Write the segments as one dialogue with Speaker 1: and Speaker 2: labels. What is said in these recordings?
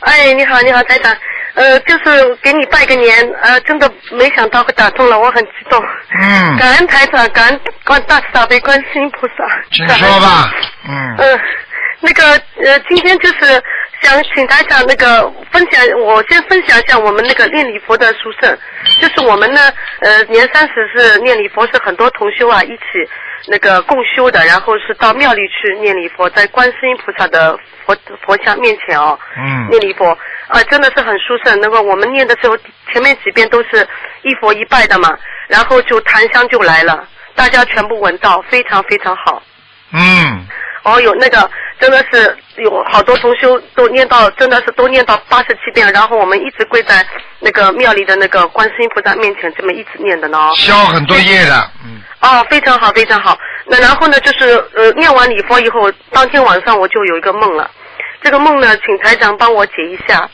Speaker 1: 哎，你好，你好，台长，呃，就是给你拜个年，呃，真的没想到会打通了，我很激动，
Speaker 2: 嗯，
Speaker 1: 感恩台长，感恩观大慈大悲观世音菩萨，
Speaker 2: 请
Speaker 1: 感恩
Speaker 2: 说吧。嗯，
Speaker 1: 呃，那个呃，今天就是想请台长那个分享，我先分享一下我们那个念礼佛的殊胜，就是我们呢，呃，年三十是念礼佛，是很多同修啊一起那个共修的，然后是到庙里去念礼佛，在观世音菩萨的佛佛像面前哦，
Speaker 2: 嗯
Speaker 1: 念礼佛，啊、真的是很殊胜。那个我们念的时候，前面几遍都是一佛一拜的嘛，然后就檀香就来了，大家全部闻到，非常非常好。
Speaker 2: 嗯，
Speaker 1: 哦，有那个真的是有好多同修都念到，真的是都念到八十七遍，然后我们一直跪在那个庙里的那个观世音菩萨面前，这么一直念的呢。
Speaker 2: 消很多业的，嗯，
Speaker 1: 哦，非常好，非常好。那然后呢，就是呃，念完礼佛以后，当天晚上我就有一个梦了。这个梦呢，请台长帮我解一下。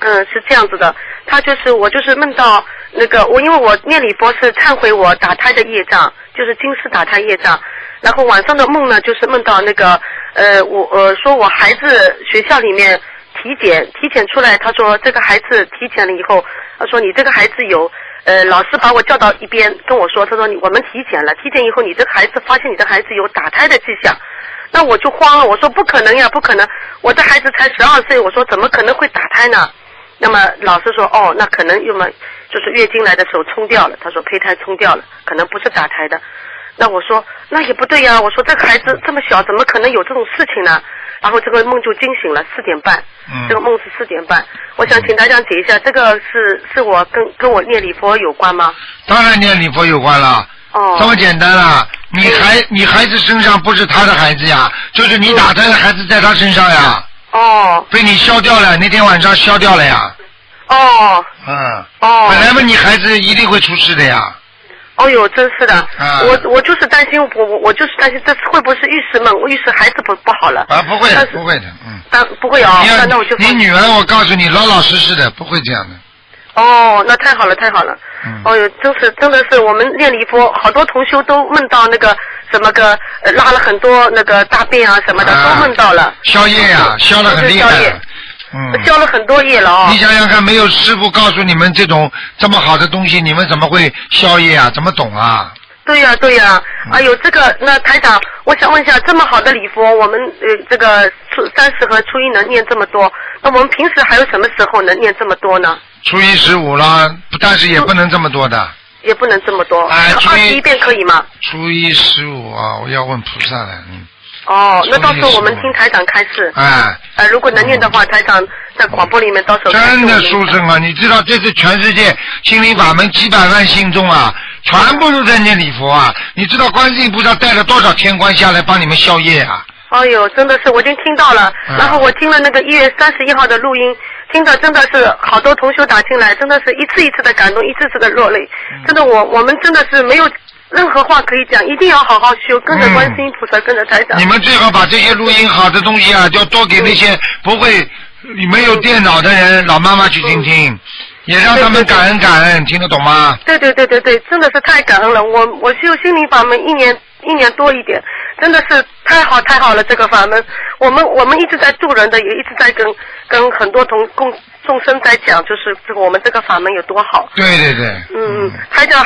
Speaker 1: 嗯，是这样子的，他就是我就是梦到那个我，因为我念礼佛是忏悔我打胎的业障，就是今世打胎业障。然后晚上的梦呢，就是梦到那个呃，我呃说我孩子学校里面体检，体检出来，他说这个孩子体检了以后，他说你这个孩子有，呃，老师把我叫到一边跟我说，他说你我们体检了，体检以后你这个孩子发现你的孩子有打胎的迹象，那我就慌了，我说不可能呀，不可能，我的孩子才十二岁，我说怎么可能会打胎呢？那么老师说，哦，那可能要么就是月经来的时候冲掉了，他说胚胎冲掉了，可能不是打胎的。那我说那也不对呀、我说这个孩子这么小，怎么可能有这种事情呢？然后这个梦就惊醒了，四点半，
Speaker 2: 嗯
Speaker 1: 这个梦是四点半。我想请大家解一下，这个是是我跟跟我念礼佛有关吗？
Speaker 2: 当然念礼佛有关了。
Speaker 1: 哦
Speaker 2: 这么简单啦！你
Speaker 1: 嗯
Speaker 2: 孩你孩子身上不是他的孩子呀，就是你打胎的孩子在他身上呀，
Speaker 1: 哦
Speaker 2: 被你消掉了，那天晚上消掉了呀。
Speaker 1: 哦
Speaker 2: 嗯，
Speaker 1: 哦
Speaker 2: 本，来嘛，你孩子一定会出事的呀。
Speaker 1: 哦哟，真是的，
Speaker 2: 啊
Speaker 1: 我我就是担心，我我我就是担心这次会不会是预示梦，我预示孩子不不好了。
Speaker 2: 啊，不会的
Speaker 1: 但，是
Speaker 2: 不会的，嗯。
Speaker 1: 但不会啊、
Speaker 2: 你要
Speaker 1: 那那我就放
Speaker 2: 你女儿，我告诉你，老老实实的，不会这样的。
Speaker 1: 哦，那太好了，太好了。
Speaker 2: 嗯
Speaker 1: 哦哟，真是真的是我们练礼佛，好多同修都梦到那个什么个、呃拉了很多那个大便啊什么的，
Speaker 2: 啊
Speaker 1: 都梦到了，
Speaker 2: 宵夜呀，消的很厉害
Speaker 1: 都是宵夜
Speaker 2: 的。嗯。
Speaker 1: 消了很多业了哦
Speaker 2: 你。想想看，没有师傅告诉你们这种这么好的东西，你们怎么会宵夜啊？怎么懂啊？
Speaker 1: 对呀、对呀、
Speaker 2: 嗯
Speaker 1: 哎呦，这个那台长，我想问一下，这么好的礼佛，我们呃这个初三十和初一能念这么多，那我们平时还有什么时候能念这么多呢？
Speaker 2: 初一十五啦，但是也不能这么多的。
Speaker 1: 也不能这么多，
Speaker 2: 哎初
Speaker 1: 二
Speaker 2: 一
Speaker 1: 十一遍可以吗？
Speaker 2: 初一十五啊，我要问菩萨了。嗯，
Speaker 1: 哦，那
Speaker 2: 初一
Speaker 1: 到时候我
Speaker 2: 十
Speaker 1: 们
Speaker 2: 五
Speaker 1: 听台长开示。
Speaker 2: 哎，
Speaker 1: 呃，如果能念的话，台长在广播里面到时候
Speaker 2: 嗯真的殊
Speaker 1: 书
Speaker 2: 胜啊！你知道这是全世界心灵法门几百万信众啊，全部都在念礼佛啊！你知道观世音菩萨带了多少天官下来帮你们消业啊？
Speaker 1: 哎呦，真的是，我已经听到了。
Speaker 2: 嗯
Speaker 1: 然后我听了那个一月三十一号的录音，听的真的是好多同学打进来，真的是一次一次的感动，一次次的落泪。
Speaker 2: 嗯
Speaker 1: 真的，我我们真的是没有任何话可以讲，一定要好好修，跟着
Speaker 2: 嗯
Speaker 1: 观世音菩萨，跟着台长
Speaker 2: 你。们最好把这些录音好的东西啊，就要多给那些不会、没有电脑的人老妈妈去听听，也让他们感恩感恩，听得懂吗？
Speaker 1: 对对对对对，真的是太感恩了。我我修心灵法门一年一年多一点，真的是太好太好了这个法门。我们我们一直在助人的，也一直在跟跟很多同共众生在讲，就是这个我们这个法门有多好。
Speaker 2: 对对对。
Speaker 1: 嗯，嗯，台长